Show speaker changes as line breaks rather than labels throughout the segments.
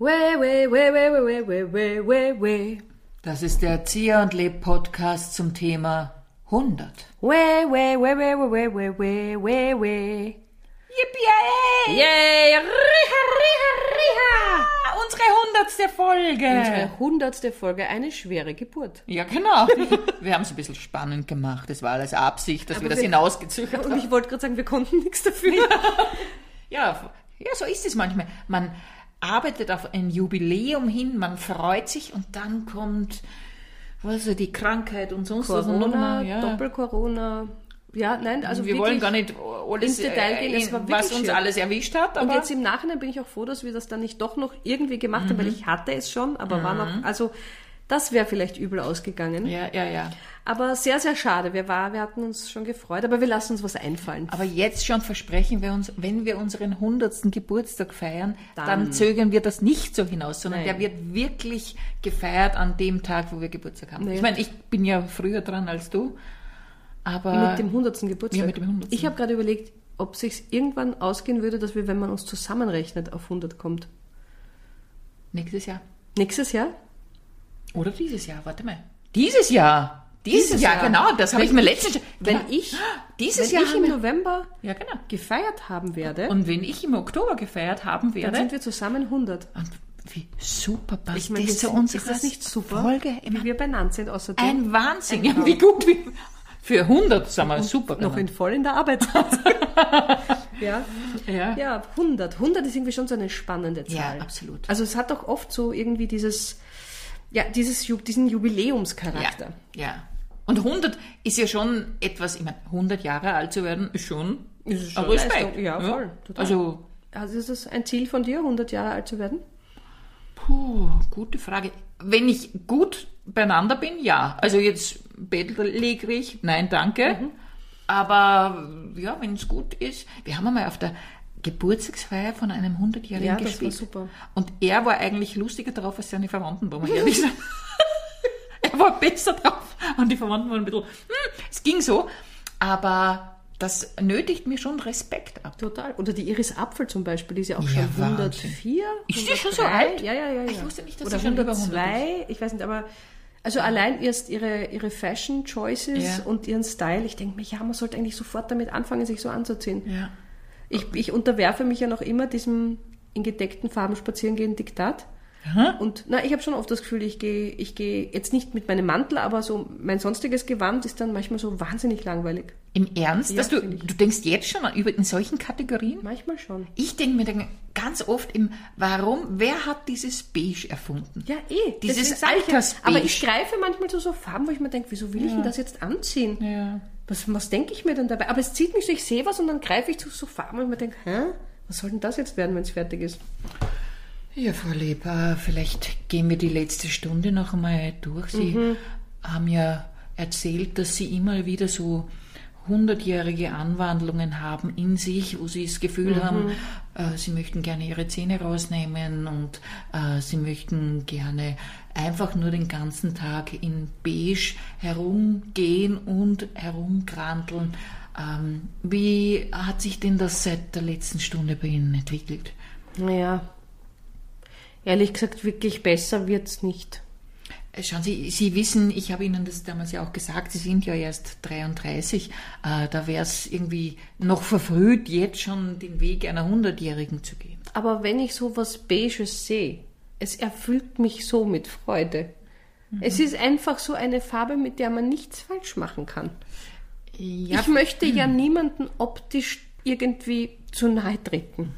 Way, way, way, way, way, way, way, way, way.
Das ist der Erzieher und Leb Podcast zum Thema 100.
Way, way, way, way, way, way, way, way, way.
Yippie!
Yay! Riha, riha, riha!
Unsere hundertste Folge!
Unsere hundertste Folge, eine schwere Geburt.
Ja, genau. Wir haben es ein bisschen spannend gemacht. Es war alles Absicht, dass wir
Aber
das
wir-
hinausgezögert
Und
haben.
ich wollte gerade sagen, wir konnten nichts dafür.
Ja, f- ja, so ist es manchmal. Man arbeitet auf ein Jubiläum hin, man freut sich und dann kommt also die Krankheit und sonst was. und noch
Corona,
mal, ja.
Doppel-Corona. Ja, nein, also
wir
wirklich.
wollen gar nicht alles,
ins Detail gehen, es
äh,
war
was
wirklich
uns
schön.
alles erwischt hat. Aber
Und jetzt im Nachhinein bin ich auch froh, dass wir das dann nicht doch noch irgendwie gemacht haben, weil ich hatte es schon, aber war noch, also das wäre vielleicht übel ausgegangen.
ja, ja, ja.
Aber sehr, sehr schade. Wir, war, wir hatten uns schon gefreut, aber wir lassen uns was einfallen.
Aber jetzt schon versprechen wir uns, wenn wir unseren hundertsten Geburtstag feiern, dann,
Dann.
zögern wir das nicht so hinaus, sondern
Nein.
der wird wirklich gefeiert an dem Tag, wo wir Geburtstag haben.
Nee.
Ich meine, ich bin ja früher dran als du, aber
Mit dem 100. Geburtstag.
Ja, mit dem 100..
Ich habe gerade überlegt, ob sich's irgendwann ausgehen würde, dass wir, wenn man uns zusammenrechnet, auf 100 kommt.
nächstes Jahr
Nächstes Jahr?
oder dieses Jahr, warte mal. Dieses Jahr. Dieses,
Dieses
Jahr,
Jahr.
genau, das habe ich mir letztens
Wenn
genau.
ich,
dieses
wenn
Jahr
ich
haben
im
wir,
November
Ja, genau.
gefeiert haben werde,
Und wenn ich im Oktober gefeiert haben
dann
werde,
sind wir zusammen 100.
und wie super passt
Ich meine,
das
wir
zu
sind-
unserer
ist das nicht super,
Folge. Ich
wie wir benannt sind außerdem.
Ein Wahnsinn, ja, wie gut. Wie, für 100 sind wir super.
Genau. noch in
genannt.
voll in der Arbeit. ja.
ja. Ja.
ja, 100. 100 ist irgendwie schon so eine spannende Zahl.
Ja, absolut.
Also es hat doch oft so irgendwie dieses, ja, dieses, Ju- diesen Jubiläumscharakter.
ja. Und 100 ist ja schon etwas, ich meine, 100 Jahre alt zu werden, ist schon,
Ist schon
ein Respekt.
Leistung. Ja, voll, total.
Also,
Also ist das ein Ziel von dir, 100 Jahre alt zu werden?
puh, gute Frage. Wenn ich gut beieinander bin, ja. Also jetzt bettlägerig, nein, danke. Aber ja, wenn es gut ist. Wir haben einmal auf der Geburtstagsfeier von einem 100-Jährigen
Ja, das war
gespielt.
super.
Und er war eigentlich lustiger drauf als seine Verwandten, wo man ehrlich sein. er war besser drauf und die Verwandten waren ein bisschen, hm, es ging so. Aber das nötigt mir schon Respekt ab.
Total. Oder die Iris Apfel zum Beispiel, die ist ja auch
Ja,
schon 104.
Ist die schon so
103.
alt?
Ja, ja, ja. ja.
Ich wusste nicht, dass
Oder
sie schon über 100
102, ich weiß nicht, aber also allein erst ihre, ihre Fashion Choices
Ja.
und ihren Style. Ich denke mir, ja, man sollte eigentlich sofort damit anfangen, sich so anzuziehen.
Ja.
Ich, ich unterwerfe mich ja noch immer diesem in gedeckten Farben spazieren gehen Diktat. Und na, ich habe schon oft das Gefühl, ich gehe ich geh jetzt nicht mit meinem Mantel, aber so mein sonstiges Gewand ist dann manchmal so wahnsinnig langweilig.
Im Ernst?
Ja,
dass du,
finde ich.
du denkst jetzt schon an- über in solchen Kategorien?
Manchmal schon.
Ich denke mir dann ganz oft im Warum, wer hat dieses Beige erfunden?
Ja, eh.
Dieses
Deswegen sag ich
Altersbeige.
Aber ich greife manchmal zu so Farben, wo ich mir denke, wieso will ich denn das jetzt anziehen?
Ja.
Was, was denke ich mir denn dabei? Aber es zieht mich so, ich sehe was und dann greife ich zu so Farben und mir denke, hä? Was soll denn das jetzt werden, wenn es fertig ist?
Ja, Frau Leber, vielleicht gehen wir die letzte Stunde noch einmal durch. Sie haben ja erzählt, dass Sie immer wieder so hundertjährige Anwandlungen haben in sich, wo Sie das Gefühl haben, äh, Sie möchten gerne Ihre Zähne rausnehmen und äh, Sie möchten gerne einfach nur den ganzen Tag in Beige herumgehen und herumkranteln. Ähm, wie hat sich denn das seit der letzten Stunde bei Ihnen entwickelt?
Naja, ehrlich gesagt, wirklich besser wird's nicht.
Äh, Schauen Sie, Sie wissen, ich habe Ihnen das damals ja auch gesagt, Sie sind ja erst 33, äh, da wäre es irgendwie noch verfrüht, jetzt schon den Weg einer 100-Jährigen zu gehen.
Aber wenn ich so was Beiges sehe, es erfüllt mich so mit Freude. Es ist einfach so eine Farbe, mit der man nichts falsch machen kann.
Ja,
ich möchte ja Mhm. niemanden optisch irgendwie zu nahe treten.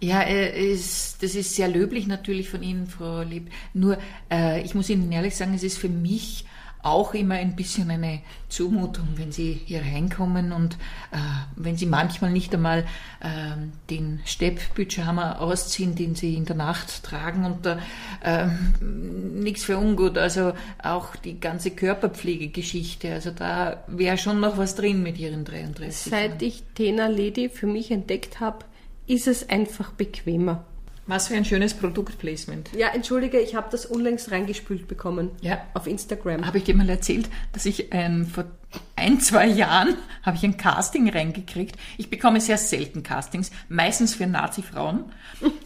ja äh, ist, das ist sehr löblich natürlich von Ihnen, Frau Lieb. Nur, äh, ich muss Ihnen ehrlich sagen, es ist für mich auch immer ein bisschen eine Zumutung, wenn Sie hier reinkommen und äh, wenn Sie manchmal nicht einmal ähm, den Stepp-Pyjama ausziehen, den Sie in der Nacht tragen und da ähm, nichts für ungut. Also auch die ganze Körperpflegegeschichte, also da wäre schon noch was drin mit Ihren 33.
Seit ich Tena Lady für mich entdeckt habe, ist es einfach bequemer.
Was für ein schönes Produktplacement.
Ja, entschuldige, ich habe das unlängst reingespült bekommen.
Ja.
Auf Instagram.
Habe ich dir mal erzählt, dass ich ein, Fot- ähm, ein, zwei Jahren habe ich ein Casting reingekriegt. Ich bekomme sehr selten Castings, meistens für Nazi-Frauen.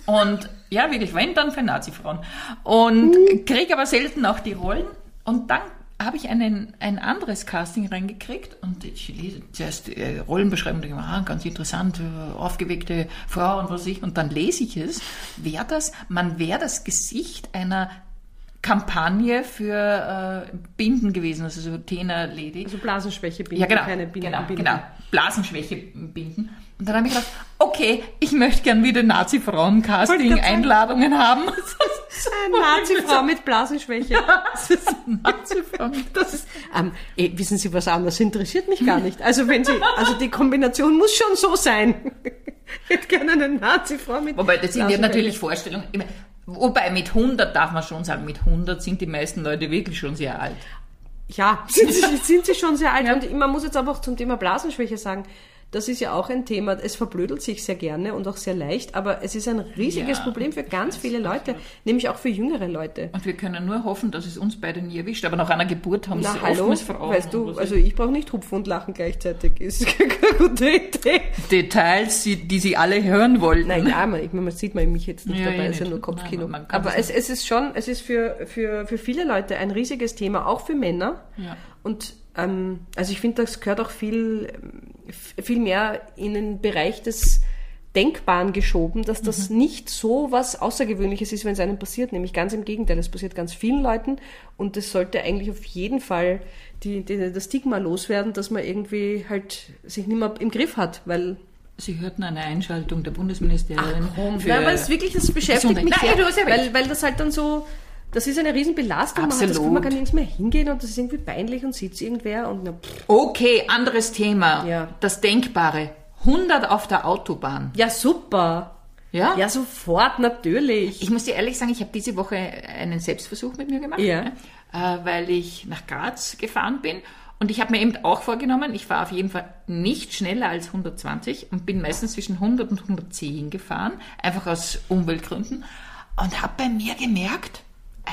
Und ja, wirklich, wenn, dann für Nazi-Frauen. Und kriege aber selten auch die Rollen. Und dann habe ich einen, ein anderes Casting reingekriegt und ich lese zuerst äh, Rollenbeschreibung, denke ich mir, ah, ganz interessant, äh, aufgeweckte Frau und was weiß ich, und dann lese ich es, wäre das, man wäre das Gesicht einer Kampagne für äh, Binden gewesen, also so Tena-Lady.
Also Blasenschwäche binden,
Ja, genau.
keine Binden.
genau,
binden.
genau. Blasenschwäche binden. Und dann habe ich gedacht, okay, ich möchte gern wieder
Wollte gerade sagen.
Nazi-Frauen-Casting-Einladungen haben.
Eine Nazi-Frau mit Blasenschwäche.
Das ist Nazi-Frauen.
Das ist, ähm, eh, wissen Sie was anderes? Interessiert mich gar nicht. Also wenn Sie, also die Kombination muss schon so sein. Ich hätte gerne eine Nazi-Frau mit.
Wobei, das sind ja
Blasenschwäche.
natürlich Vorstellungen. Ich mein, Wobei, mit 100 darf man schon sagen, mit 100 sind die meisten Leute wirklich schon sehr alt.
Ja, sind sie, sind sie schon sehr alt. Und man muss jetzt aber auch zum Thema Blasenschwäche sagen, das ist ja auch ein Thema, es verblödelt sich sehr gerne und auch sehr leicht, aber es ist ein riesiges
Ja,
Problem für ganz viele Leute, nämlich auch für jüngere Leute.
Und wir können nur hoffen, dass es uns beide nie erwischt. Aber nach einer Geburt haben
Na
sie
hallo,
offenes Frauen.
weißt
und
du,
was
also ich brauche nicht hupfen und lachen gleichzeitig, ist keine gute Idee.
weiß ich. Details, die, die sie alle hören wollten.
Nein, ja, man, ich meine, man sieht man mich jetzt nicht
Ja,
dabei,
eh
ist ja
nicht.
nur Kopfkino.
Nein, man kann
Aber
das
es, es ist schon, es ist für, für, für viele Leute ein riesiges Thema, auch für Männer.
Ja.
Und ähm, also ich finde, das gehört auch viel, ähm, f- viel mehr in den Bereich des Denkbaren geschoben, dass das
Mhm.
nicht so was Außergewöhnliches ist, wenn es einem passiert. Nämlich ganz im Gegenteil, es passiert ganz vielen Leuten und es sollte eigentlich auf jeden Fall die, die, das Stigma loswerden, dass man irgendwie halt sich nicht mehr im Griff hat, weil
Sie hörten eine Einschaltung der Bundesministerin. für-
ja, aber es ist wirklich, das beschäftigt
Gesundheit.
mich sehr,
Nein, du hast ja recht.
weil, weil das halt dann so, das ist eine Riesenbelastung, man hat das Gefühl,
Absolut.
man kann nirgends mehr hingehen und das ist irgendwie peinlich und sitzt irgendwer und na, pff.
Okay, anderes Thema.
Ja.
Das Denkbare. 100 auf der Autobahn.
ja super,
Ja?
ja sofort, natürlich.
Ich muss dir ehrlich sagen, ich habe diese Woche einen Selbstversuch mit mir gemacht,
Ja.
ne? äh, weil ich nach Graz gefahren bin. Und ich habe mir eben auch vorgenommen, ich fahre auf jeden Fall nicht schneller als 120 und bin meistens zwischen 100 und 110 gefahren, einfach aus Umweltgründen. Und habe bei mir gemerkt,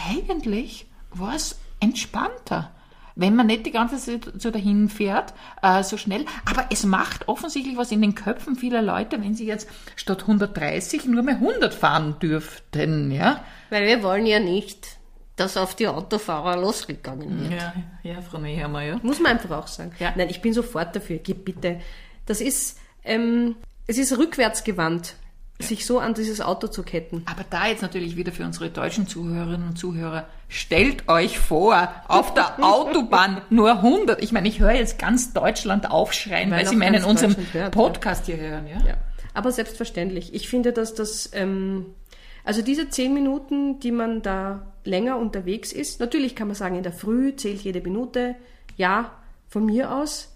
eigentlich war es entspannter, wenn man nicht die ganze Zeit so dahin fährt, äh, so schnell. Aber es macht offensichtlich was in den Köpfen vieler Leute, wenn sie jetzt statt 130 nur mehr 100 fahren dürften. Ja,
Weil wir wollen ja nicht, dass auf die Autofahrer losgegangen wird.
ja, ja Frau Nehammer, ja.
Muss man einfach auch sagen.
Ja.
Nein, ich bin sofort dafür, geh bitte. Das ist, ähm, es ist rückwärtsgewandt, sich so an dieses Auto zu ketten.
Aber da jetzt natürlich wieder für unsere deutschen Zuhörerinnen und Zuhörer, stellt euch vor, auf der Autobahn nur 100. Ich meine, ich höre jetzt ganz Deutschland aufschreien,
Weil
weil,
auch
sie meinen
ganz
unseren
Deutschland hört, ja.
Podcast hier hören. Ja?
Ja. Aber selbstverständlich. Ich finde, dass das, ähm, also diese zehn Minuten, die man da länger unterwegs ist, natürlich kann man sagen, in der Früh zählt jede Minute, ja, von mir aus.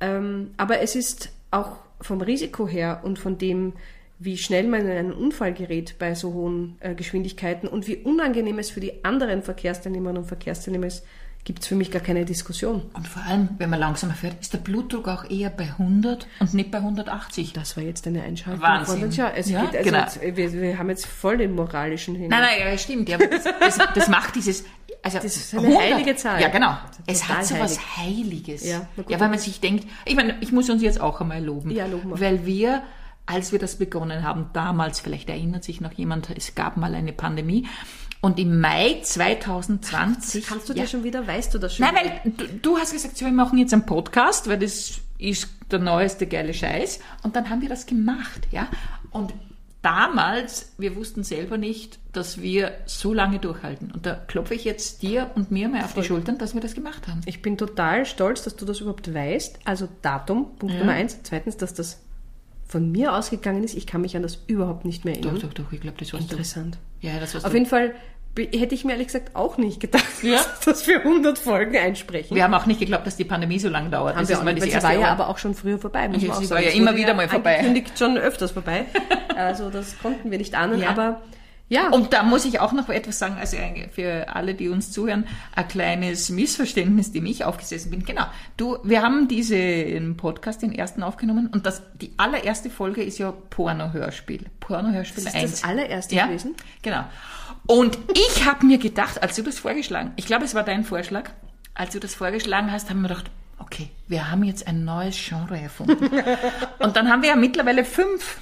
Ähm, aber es ist auch vom Risiko her und von dem, wie schnell man in einen Unfall gerät bei so hohen äh, Geschwindigkeiten und wie unangenehm es für die anderen Verkehrsteilnehmerinnen und Verkehrsteilnehmer ist, gibt es für mich gar keine Diskussion.
Und vor allem, wenn man langsamer fährt, ist der Blutdruck auch eher bei 100 und nicht bei 180.
Das war jetzt eine Einschaltung.
Wahnsinn.
von uns. Ja, es
Ja,
geht also
genau.
jetzt, wir, wir haben jetzt voll den moralischen Hin.
Nein, nein, ja, stimmt. Ja, aber das, das, das macht dieses. Also das
ist eine heilige Zahl.
Ja, genau.
Das ist
Es hat so
total
was Heiliges.
Ja,
Ja,
na gut,
weil man sich denkt, ich meine, ich muss uns jetzt auch einmal loben.
Ja, loben wir.
Weil wir, als wir das begonnen haben, damals, vielleicht erinnert sich noch jemand, es gab mal eine Pandemie. Und im Mai 2020.
Kannst du
ja,
das schon wieder, weißt du das schon?
Nein, weil du, du hast gesagt, so, wir machen jetzt einen Podcast, weil das ist der neueste geile Scheiß. Und dann haben wir das gemacht, ja. Und damals, wir wussten selber nicht, dass wir so lange durchhalten. Und da klopfe ich jetzt dir und mir mal auf die Schultern, dass wir das gemacht haben.
Ich bin total stolz, dass du das überhaupt weißt. Also Datum, Punkt Nummer eins. Zweitens, dass das von mir ausgegangen ist. Ich kann mich an das überhaupt nicht mehr
Doch,
erinnern.
doch, doch, Also ich glaube, das war's. du.
Interessant.
Ja, das war's.
Auf
du.
jeden Fall be- hätte ich mir ehrlich gesagt auch nicht gedacht,
Ja.
dass wir 100 Folgen einsprechen.
Wir haben auch nicht geglaubt, dass die Pandemie so lange dauert.
Haben wir auch
mal
nicht, weil
das
sie
erste
war ja
Jahr.
aber auch schon früher vorbei. Muss
Ja,
man auch
sie
sagen.
war ja
Es
immer
wurde
wieder mal vorbei.
Angekündigt schon öfters vorbei. Also das konnten wir nicht ahnen,
Ja.
aber ja.
Und da muss ich auch noch etwas sagen, also für alle, die uns zuhören, ein kleines Missverständnis, dem ich aufgesessen bin. Genau. Du, wir haben diesen Podcast, den ersten aufgenommen und das, die allererste Folge ist ja Porno-Hörspiel. Porno-Hörspiel
Das
1.
ist das allererste
ja,
gewesen?
Genau. Und ich habe mir gedacht, als du das vorgeschlagen, ich glaube, es war dein Vorschlag, als du das vorgeschlagen hast, haben wir gedacht, okay, wir haben jetzt ein neues Genre erfunden. und dann haben wir ja mittlerweile fünf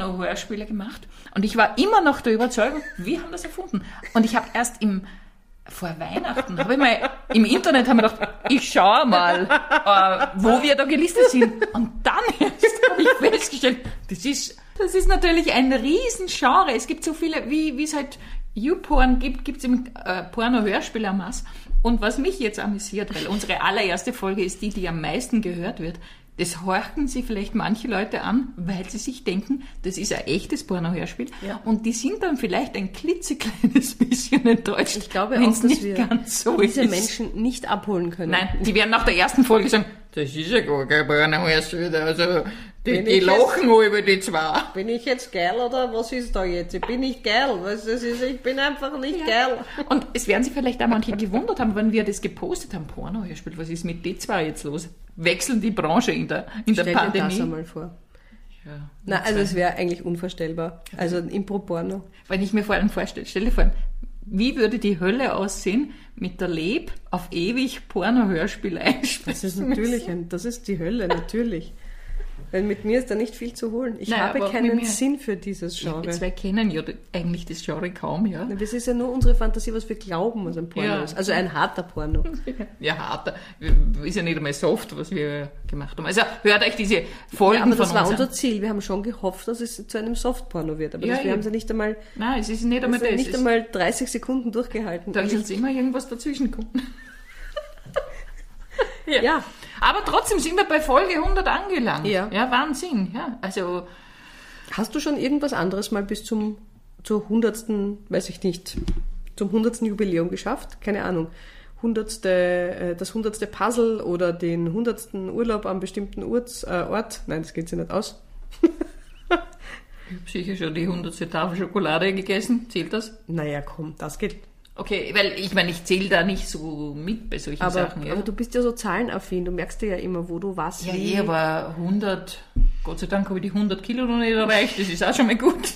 Porno-Hörspiele gemacht. Und ich war immer noch der Überzeugung, wir haben das erfunden. Und ich habe erst im vor Weihnachten habe ich mal im Internet haben wir gedacht, ich schaue mal, äh, wo wir da gelistet sind. Und dann erst habe ich festgestellt, das ist, das ist natürlich ein Riesengenre. Es gibt so viele, wie wie es halt YouPorn gibt, gibt es im äh, Porno-Hörspiel am Maß. Und was mich jetzt amüsiert, weil unsere allererste Folge ist die, die am meisten gehört wird, das horchen sie vielleicht manche Leute an, weil sie sich denken, das ist ein echtes Pornohörspiel.
Ja.
Und die sind dann vielleicht ein klitzekleines bisschen enttäuscht,
Ich glaube
wenn's
auch, dass
nicht
wir
ganz so
diese
ist.
Menschen nicht abholen können.
Nein, die werden nach der ersten Folge sagen, das ist ja gar kein Pornohörspiel, also die,
Bin
die
ich
lachen nur über die zwei.
Bin ich jetzt geil oder was ist da jetzt? Ich bin nicht geil. Was das ist, ich bin einfach nicht geil.
Und es werden sich vielleicht auch manche gewundert haben, wenn wir das gepostet haben, Pornohörspiel, was ist mit die zwei jetzt los? Wechseln die Branche in der, in der
Stell dir das
Pandemie?
einmal vor.
Ja.
Na, also es wäre eigentlich unvorstellbar. Also ein Impro-Porno.
Wenn ich mir vor allem vorstelle, stelle vor allem, wie würde die Hölle aussehen, mit der Leb auf ewig Pornohörspiel einspielen?
Das ist natürlich, ein, das ist die Hölle, natürlich. Weil mit mir ist da nicht viel zu holen. Ich
Nein, aber
habe
mit
keinen
mir-
Sinn für dieses Genre.
Wir zwei kennen ja eigentlich das Genre kaum, ja?
Na, Das ist ja nur unsere Fantasie, was wir glauben, was ein Porno
Ja.
ist. Also ein harter Porno.
Ja, harter. Ist ja nicht einmal soft, was wir gemacht haben. Also hört euch diese Folgen
Ja, aber
von
das war
uns
unser
an.
Ziel. Wir haben schon gehofft, dass es zu einem Softporno wird. Aber
Ja,
das, wir
eben.
haben sie nicht einmal,
Nein, es ist nicht einmal
das
das.
nicht
Es-
einmal 30 Sekunden durchgehalten.
Da ist
Also,
jetzt immer irgendwas dazwischen gekommen.
Ja.
Aber trotzdem sind wir bei Folge 100 angelangt.
Ja.
ja Wahnsinn. Ja, also
hast du schon irgendwas anderes mal bis zum zur hundertsten, weiß ich nicht, zum hundertsten Jubiläum geschafft? Keine Ahnung. Hundertste, äh, das hundertste Puzzle oder den hundertsten Urlaub am bestimmten Urz, äh, Ort. Nein, das geht sich nicht aus.
ich habe sicher schon die 100. Tafel Schokolade gegessen. Zählt das?
Naja, komm, das geht.
Okay, weil ich meine, ich zähle da nicht so mit bei solchen
Aber,
Sachen. Ja,
aber du bist ja so zahlenaffin. Du merkst dir ja immer, wo du was
ja
wie.
eh, aber 100, Gott sei Dank habe ich die 100 Kilo noch nicht erreicht. Das ist auch schon mal gut.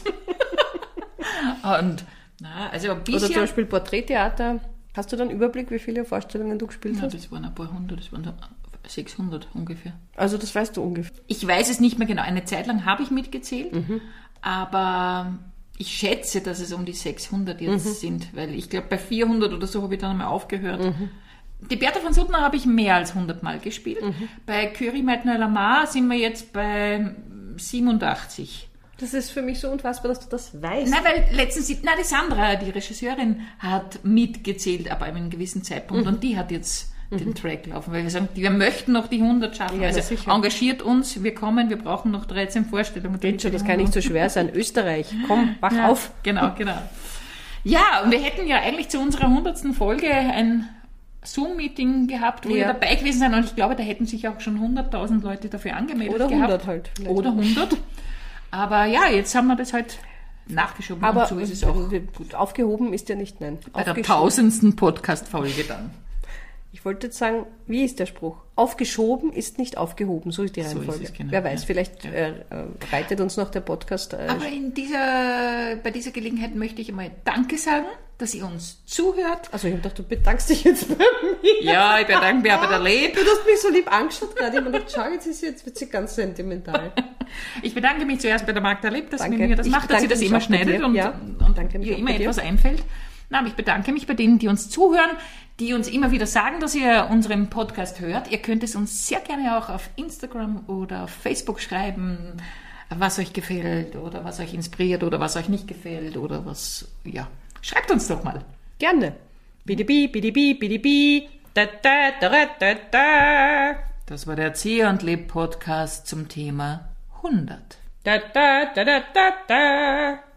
Und, na, also ein
Oder
bisschen...
zum Beispiel Porträttheater. Hast du dann Überblick, wie viele Vorstellungen du gespielt
ja,
hast?
das waren ein paar hundert, das waren so 600 ungefähr.
Also das weißt du ungefähr.
Ich weiß es nicht mehr genau. Eine Zeit lang habe ich mitgezählt, aber ich schätze, dass es um die 600 jetzt sind, weil ich glaube, bei 400 oder so habe ich dann einmal aufgehört. Die Bertha von Suttner habe ich mehr als 100 Mal gespielt. Bei Curie Meitner Lamar sind wir jetzt bei 87.
Das ist für mich so unfassbar, dass du das weißt.
Na, weil letztens, na, die Sandra, die Regisseurin, hat mitgezählt ab einem gewissen Zeitpunkt
Mhm.
und die hat jetzt den Track laufen, weil wir sagen, wir möchten noch die 100 schaffen.
Ja,
also
na sicher.
engagiert uns, wir kommen, wir brauchen noch 13 Vorstellungen.
Geht schon, das kann nicht so schwer sein. Österreich, komm, wach
Ja,
auf.
Genau, genau. Ja, und wir hätten ja eigentlich zu unserer 100. Folge ein Zoom-Meeting gehabt, wo wir
Ja.
dabei gewesen sind und ich glaube, da hätten sich auch schon 100.000 Leute dafür angemeldet
Oder
gehabt.
100 halt. vielleicht.
Oder 100. Aber ja, jetzt haben wir das halt nachgeschoben
Aber
und so ist es auch.
gut, aufgehoben ist ja nicht, nein.
Bei der
Aufgesch-
tausendsten Podcast-Folge dann.
Ich wollte jetzt sagen, wie ist der Spruch? Aufgeschoben ist nicht aufgehoben, so ist die
So ist es,
Reihenfolge.
genau,
Wer weiß,
ja.
vielleicht äh, äh, reitet uns noch der Podcast. Äh,
Aber in dieser, bei dieser Gelegenheit möchte ich einmal Danke sagen, dass ihr uns zuhört.
also ich habe gedacht, du bedankst dich jetzt bei mir.
Ja, ich bedanke mich aber der Leb.
Du hast mich so lieb angeschaut gerade. Ich habe mir gedacht, schau, jetzt, ist, sie- jetzt wird sie ganz sentimental.
Ich bedanke mich zuerst bei der Magda Lipp, dass sie
Danke.
mir das
Ich
macht, dass sie
bedanke mich
das immer
auch bei
schneidet
dir.
und,
Ja,
und
danke mich
ihr
auch
immer
bei dir.
etwas einfällt. Nein, aber ich bedanke mich bei denen, die uns zuhören, die uns immer wieder sagen, dass ihr unseren Podcast hört. Ihr könnt es uns sehr gerne auch auf Instagram oder auf Facebook schreiben, was euch gefällt oder was euch inspiriert oder was euch nicht gefällt oder was, ja. Schreibt uns doch mal.
Gerne. Bidibi, bidibi, bidibi. Da, da, da, da, da, da.
Das war der Erzieher und Leb Podcast zum Thema 100.
Da, da, da, da, da, da.